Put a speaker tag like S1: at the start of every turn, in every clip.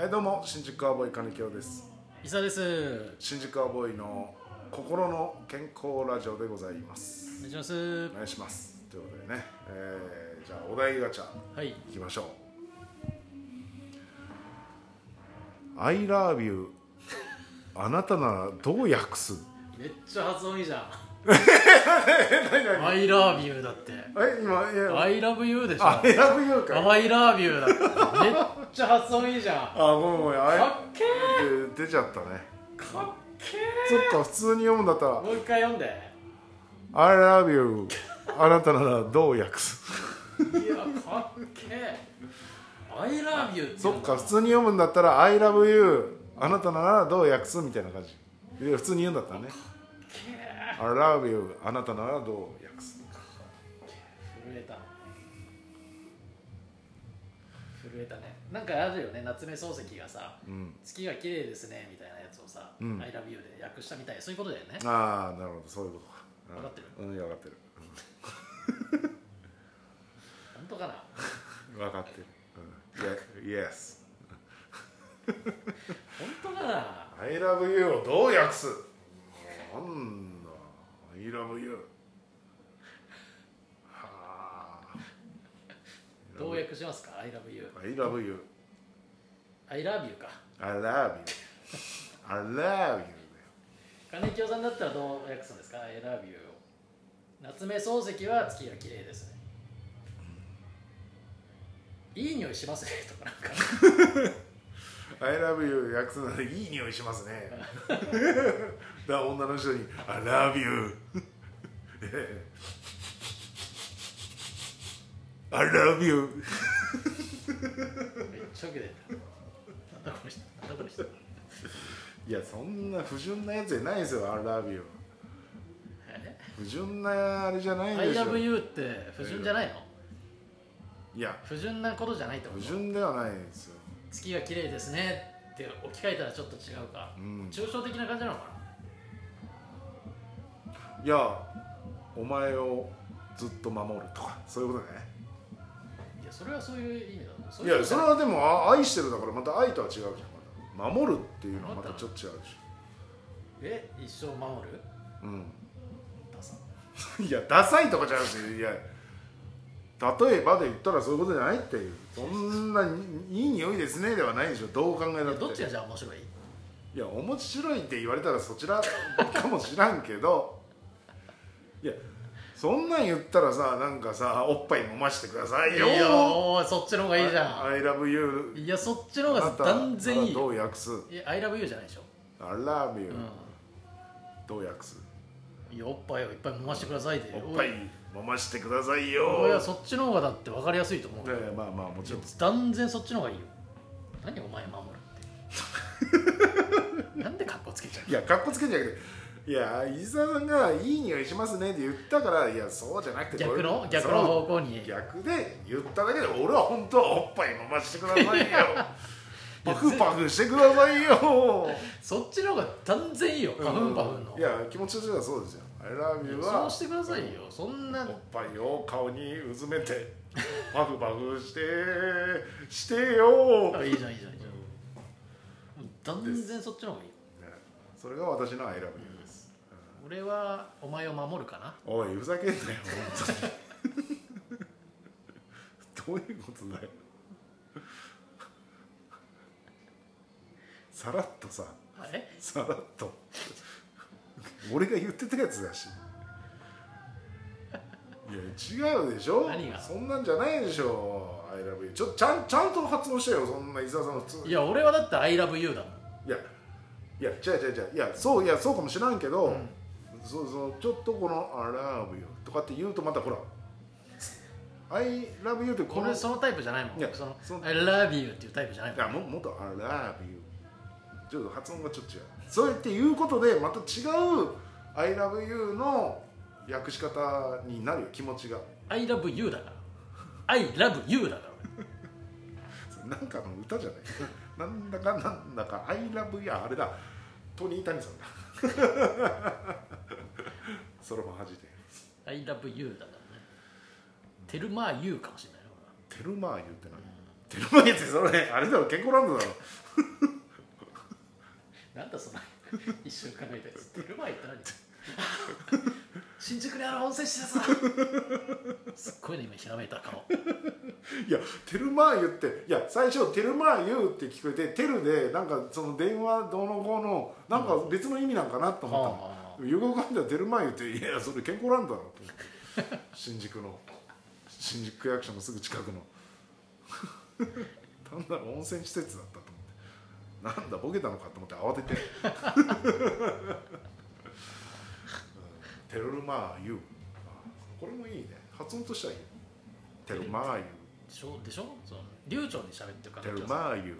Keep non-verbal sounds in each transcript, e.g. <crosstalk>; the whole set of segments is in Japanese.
S1: えどうも新宿アボーイ金城です
S2: 伊沢です
S1: 新宿アボーイの心の健康ラジオでございます
S2: お願いします
S1: お願いしますということでね、えーじゃあお題ガチャ
S2: はい
S1: いきましょう「I love you あなたならどう訳す?
S2: めっちゃ発音いいじゃん
S1: <laughs> 何
S2: 「I love you」
S1: <laughs>
S2: だって
S1: 何」え今い
S2: 「
S1: や
S2: I love you」でしょ「
S1: I
S2: I
S1: love you かい
S2: love you」だってめっちゃ発音いいじゃん
S1: あごめんごめんあ
S2: かっけ
S1: え出ちゃったね
S2: ーかっけ
S1: そっか普通に読むんだったら
S2: ーもう一回読んで
S1: 「I love you あなたならどう訳す?
S2: いやかっけー「I love you」」
S1: そっか普通に読むんだったら「I love you あなたならどう訳す?」みたいな感じで普通に言うんだったらね「I love you あなたならどう訳す?」
S2: 震えた震えたねなんかあるよね夏目漱石がさ
S1: うん
S2: 「月が綺麗ですね」みたいなやつをさ「
S1: うん
S2: アイ I love you」で訳したみたいそういうことだよね
S1: ああなるほどそういうことかうん
S2: わかってる
S1: うん分かってる
S2: 本当かな
S1: 分かってるうんイエイエス
S2: 本当かな
S1: I love you をどう訳すなんだ I love you はあ
S2: どう訳しますか ?I love you。
S1: I love you
S2: I love you か。
S1: I love you I love you
S2: 金清さんだったらどう訳すんですか ?I love you を。夏目漱石は月が綺麗ですね。いい匂いしますねとかなんか。
S1: I love you 訳すのでいい匂いしますね <laughs> だから女の人に I love you <laughs> ええ I love you <laughs>
S2: めっちゃ受けてた。なんだこの人。なんだこの人。
S1: いやそんな不純なやつじゃないですよ I love you
S2: え
S1: 不純なあれじゃない
S2: ?I
S1: でしょ
S2: love you って不純じゃないの
S1: いや
S2: 不純なことじゃないってこ
S1: 不
S2: と
S1: 純ではないですよ
S2: 月が綺麗ですねって置き換えたらちょっと違うか。
S1: うん
S2: 抽象的な感じなのか
S1: いやお前をずっと守るとかそういうことね
S2: ないや、それはそういう意味だろう
S1: いやそれ
S2: は。
S1: はでもあ愛してるだからまた愛とは違うじゃんまた守るっていうのはまたちょっと違うでし
S2: え一生守る
S1: ょうん
S2: ダサ
S1: いやダサいとかじゃなくていや例えばで言ったらそういうことじゃないっていうそんなにいい匂いですねではないでしょどう考えたって
S2: どっちがじゃあ面白い
S1: いや面白いって言われたらそちらかもしらんけどいやそんなん言ったらさなんかさおっぱい飲ましてください
S2: い
S1: よ
S2: やおーそっちの方がいいじゃん
S1: I love you
S2: いやそっちの方が断然いい
S1: あなた
S2: よ
S1: どう訳す
S2: いや「I love you」じゃないでしょ、
S1: I love you、
S2: う
S1: どう訳す
S2: ん、いやおっぱいをいっぱい揉ましてくださいで
S1: おっぱい
S2: い
S1: 飲ましてくださいよ
S2: おいやそっちの方がだって分かりやすいと思うよ、
S1: いやまあまあもちろん
S2: 断然そっちの方がいいよ何お前守る
S1: <laughs>
S2: ってなんでカッコつけちゃう
S1: いやかっこつけんじゃなくていや伊沢さんが「いい匂いしますね」って言ったからいやそうじゃなくて
S2: 逆
S1: こ
S2: の
S1: れ
S2: 逆の方向
S1: そう
S2: に
S1: 逆で言っただけで俺は本当はおっぱい飲ましてくだ
S2: <laughs>
S1: さいよパフパフしてくださいよ
S2: そっちの方が断然いいよパフンパフンの、
S1: いや気持ちとしてはそうですよ「I love you は」
S2: そうしてくださいよそんな
S1: おっぱいを顔にうずめ
S2: <laughs>
S1: てパフパフしてしてよ、
S2: あいいじゃんいいじゃんいいじゃんもう断然そっちの方がいいよ
S1: ねそれが私の「I love you」です
S2: 俺はお前を守るかな
S1: おいふざけんなよ本当にどういうことだよさらっとさ
S2: え
S1: さらっと俺が言ってたやつだしいや違うでしょ
S2: 何が
S1: そんなんじゃないでしょ「I love you」ちょちゃんちゃんと発音してよそんな伊沢さんの普通
S2: いや俺はだって「ILOVEYOU」だもん
S1: いやいや違う違う違ういやそういやそうかもしらんけど、
S2: ん
S1: そうそうちょっとこの「I love you」とかって言うとまたほら「I love you」ってこ
S2: こ
S1: の
S2: れそのタイプじゃないもん
S1: いや
S2: その
S1: その
S2: I love you っていうタイプじゃない
S1: い
S2: もん
S1: やももっと「I love you」ちょっと発音がちょっと違うそうやって言うことでまた違う「I love you」の訳し方になるよ気持ちが
S2: I love you だから I love you だから
S1: それなんかの歌じゃない <laughs> なんだかなんだか「I love you」あれだトニー・タニさんだ <laughs> ソロファン弾いて
S2: 俺 I love you だからねテルマー You かもしれないよ
S1: テルマーユって何テルマゲってそれあれだろ健康ランドだろ
S2: なんだその一瞬考えたやつ出る前って何新宿にある温泉施設だすっごいね今ひらめいた顔
S1: いやテルマーユっていや最初テルマーユって聞こえてテルでなんかその電話どうのこうのなんか別の意味なんかなと思ったの、
S2: あ
S1: よく考えたらテルマーユっていやそれ健康ランドだろと思って新宿の新宿区役所のすぐ近くの単なる温泉施設だったと思ってなんだボケたのかと思って慌ててうんテルマーユあこれもいいね発音としてはいいテルマーユ
S2: でしょでしょその流暢に喋ってるから
S1: テルマーユ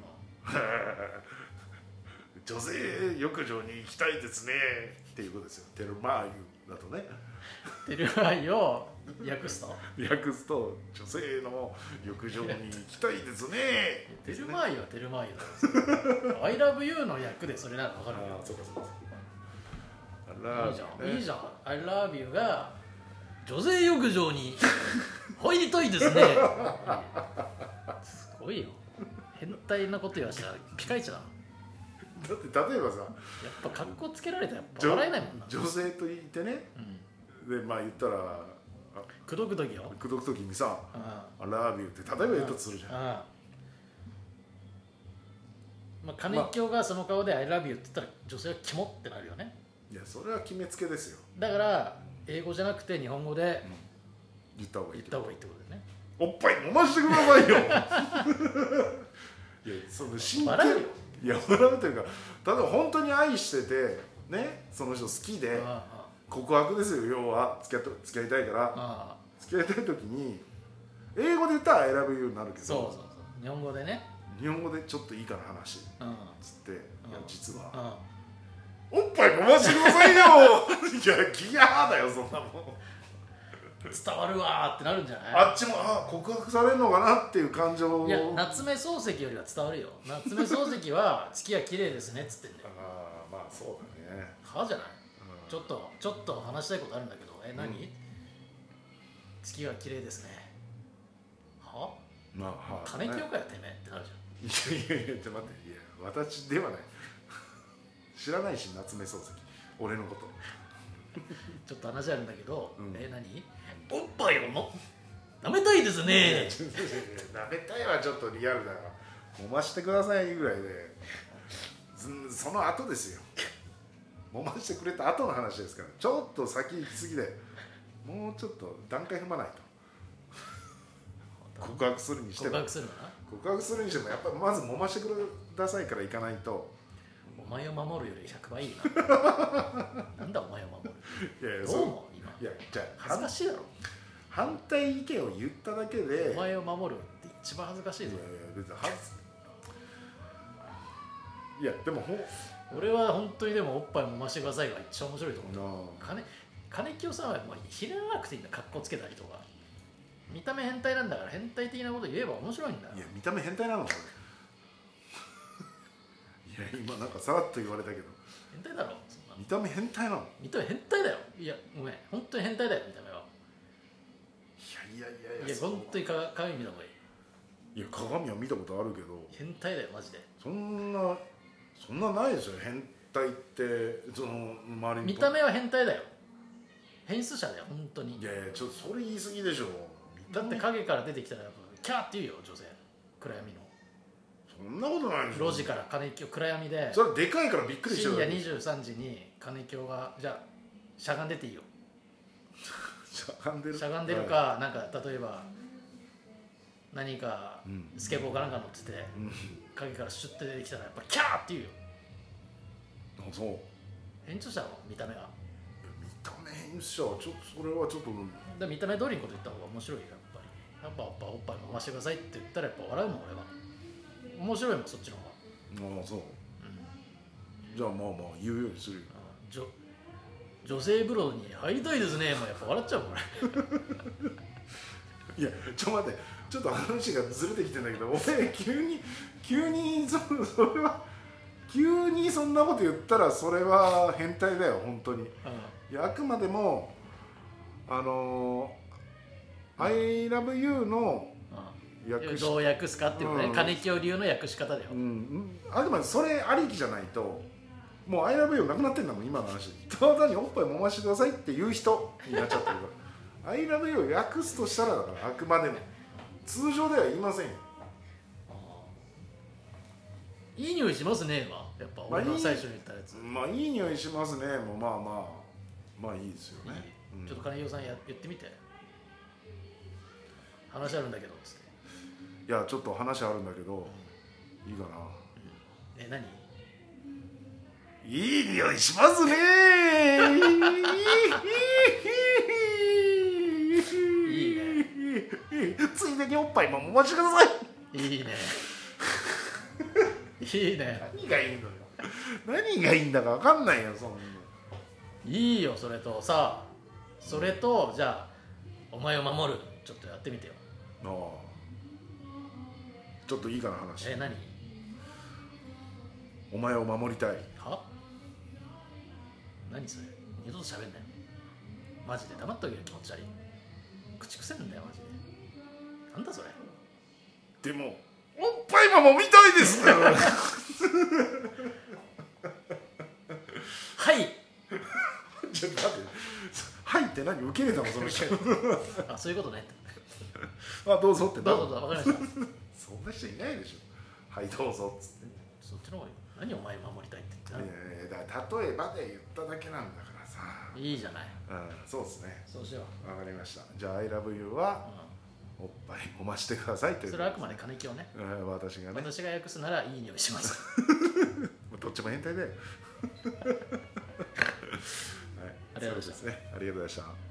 S1: 女性浴場に行きたいですねっていうことですよテルマーユだとね
S2: テルマーユを訳すと
S1: 略すと女性の浴場に行きたいですね
S2: テルマーユはテルマーユだよ I love you の役でそれならわかる
S1: ああそうかそうかあら
S2: よいいじゃん、いいじ
S1: ゃん
S2: ゃん I love you が女性浴場に入りたいですねすごいよ変態なこと言わしたらピカイチだな
S1: だって例えばさ
S2: やっぱ格好つけられたらやっぱ
S1: 女
S2: 笑えないもんな
S1: 女性といてね
S2: うん
S1: でまあ言ったら
S2: くどくどきよ
S1: 口説く時にさ
S2: うん
S1: 「I love you」って例えば言うとするじゃん、
S2: うんまあ、金井京がその顔で「I love you」って言ったら女性はキモってなるよね
S1: いやそれは決めつけですよ
S2: だから英語じゃなくて日本語で
S1: 言った方がいい
S2: 言っ
S1: け
S2: た
S1: ど
S2: 方がいいってことだよね
S1: おっぱい飲ましてくださ
S2: <laughs>
S1: いよいやその真剣
S2: 笑うよ
S1: いや笑うというか例えば本当に愛しててねその人好き
S2: うん
S1: で
S2: うんうん
S1: 告白ですよ要は付き合った付き合いたいから付き合いたい時に英語で言ったら「I love you」になるけど
S2: そうそうそう日本語でね
S1: 日本語でちょっといいかな話っ
S2: うんうん
S1: つって、いや実は、
S2: う
S1: おっぱい飲ましてくだ
S2: <laughs>
S1: さいよいやギャーだよそんなもん
S2: ん伝わるわーってなるんじゃない
S1: あっちもあ告白されるのかなっていう感情を
S2: いや夏目漱石よりは伝わるよ夏目漱石は <laughs> 「月は綺麗ですね」っつってんだ
S1: あ
S2: よ
S1: ーまあそうだね、
S2: はじゃない
S1: うん
S2: ちょっとちょっと話したいことあるんだけどえ何、
S1: うん
S2: 月は綺麗ですねは
S1: まあはあ
S2: 金
S1: ね
S2: 清かよてめえってなるじ
S1: いやいやいやちょっと待っていや私ではない知らないし夏目漱石俺のこと
S2: ゃんちょっと話あるんだけど、
S1: うん
S2: え何おっぱいをの舐めたいですね
S1: なめたいはちょっとリアルだよ揉ましてくださいぐらいでずその後ですよ揉ましてくれた後の話ですからちょっと先行き過ぎでもうちょっと段階踏まないと告白するにして
S2: 告
S1: も
S2: 白するのな
S1: 告白するにしてもやっぱりまず揉ましてくださいからいかないと
S2: お前を守るより100倍いい
S1: <laughs>
S2: ななんだお前を守る
S1: いやいや
S2: ど
S1: そう
S2: も今
S1: いやじゃあ
S2: 恥ずかしいだろ
S1: 反対意見を言っただけでいやい
S2: お
S1: や
S2: 前を守るって一番恥ずかしいぞ
S1: 別にはずいやでもほん
S2: 俺は本当にでもおっぱいもましてくださいが一番面白いと思う
S1: な
S2: 金金清さんはもうひねらなくていいんだ格好つけたりとか見た目変態なんだから変態的なこと言えば面白いんだよ
S1: いや見た目変態なのか俺 <laughs> いや今なんかさらっと言われたけど
S2: 変態だろそんなの
S1: 見た目変態なの
S2: 見た目変態だよいやごめん本当に変態だよ見た目はい
S1: やいやいやいや
S2: いや
S1: そう
S2: 本当にか鏡見た方がいい
S1: いや鏡は見たことあるけど
S2: 変態だよマジで
S1: そんなそんなないですよ変態ってその周りに
S2: 見た目は変態だよ変質者だよ本当に
S1: いやいやちょっとそれ言い過ぎでしょ
S2: だって
S1: 見た目
S2: 影から出てきたらやっぱキャーって言うよ女性暗闇の
S1: そんなことないでしょ
S2: 路地から金清暗闇で
S1: それはでかいからびっくりして
S2: 深
S1: る
S2: 夜
S1: だけで
S2: 23時に金清がじゃあしゃがんでていいよ
S1: しゃがんでる
S2: しゃがんでるか、
S1: は
S2: なんか例えば何か
S1: いうん
S2: スケボーかなんか乗ってて
S1: うん
S2: 影からシュッて出てきたらやっぱりキャーって言うよ
S1: あそう
S2: 変調者の見た目が
S1: 見た目変者はちょっとそれはちょっと
S2: で見た目通りのこと言った方が面白いよやっぱりやっぱやっぱおっぱい飲ましてくださいって言ったらやっぱ笑うもん俺は面白いもんそっちの方が、
S1: ああそう
S2: うん
S1: じゃあまあまあ言うようにするよ
S2: あ女女性風呂に入りたいですねもうやっぱ笑っちゃうもん俺
S1: いやちょっと待ってちょっと話がずれてきてんだけど俺急に急にそそれは急にそんなこと言ったらそれは変態だよ本当にいやあくまでもあのー「ILOVEYOU」の
S2: うんうん
S1: い訳し
S2: どう訳すかっていうね、
S1: うん
S2: 金清流の訳し方だよ、
S1: うん、あくまでそれありきじゃないともう「アイラブユーなくなってんだもん今の話ただ単におっぱい揉ましてくださいって言う人になっちゃってるから「アイラブユー訳すとしたらだからあくまでも通常では言いませんよ
S2: いい匂いしますねはやっ
S1: ま
S2: ぱ
S1: あ
S2: 俺の
S1: いい
S2: 最初に言ったやつ、
S1: まあいい匂いしますねもうまあまあまあいいですよねうん
S2: ちょっと金清さんや言ってみて話あるんだけどつって
S1: いやちょっと話あるんだけどいいかな
S2: え何
S1: いい匂いしますねい
S2: いね
S1: ついでにおっぱいもお待ちください
S2: いいねいいね
S1: 何がいいのよ何がいいんだか分かんないよそんない
S2: いよそれとさそれとじゃあお前を守るちょっとやってみてよ
S1: ああちょっといいかな話
S2: え何
S1: お前を守りたい
S2: は何それ二度と喋んなよマジで黙っとけよ気持ち悪い口癖なんだよマジでなんだそれ
S1: でもおっぱいも揉みたい <laughs> ですから
S2: はい
S1: ちょっと待ってはいって何受け入れたのその <laughs> 人
S2: あそういうことね
S1: あどうぞってな
S2: どうぞどうぞ分かりました
S1: そんな人いないでしょはいどうぞっつって
S2: そっちの方がいい何お前守りたいって言ってない
S1: やいやだから例えばで言っただけなんだからさ、
S2: いいじゃない
S1: うん、そうですね
S2: そうしよう、
S1: わかりましたじゃあ「ILOVEYOU」はおっぱい揉ましてくださいと
S2: う
S1: い
S2: ん、
S1: う
S2: それはあくまで金木をね
S1: うん私がね
S2: 私が訳すならいい匂いします
S1: どっちも変態だよ <laughs> はい
S2: ありがとうござ
S1: そ
S2: いました
S1: うですねありがとうございました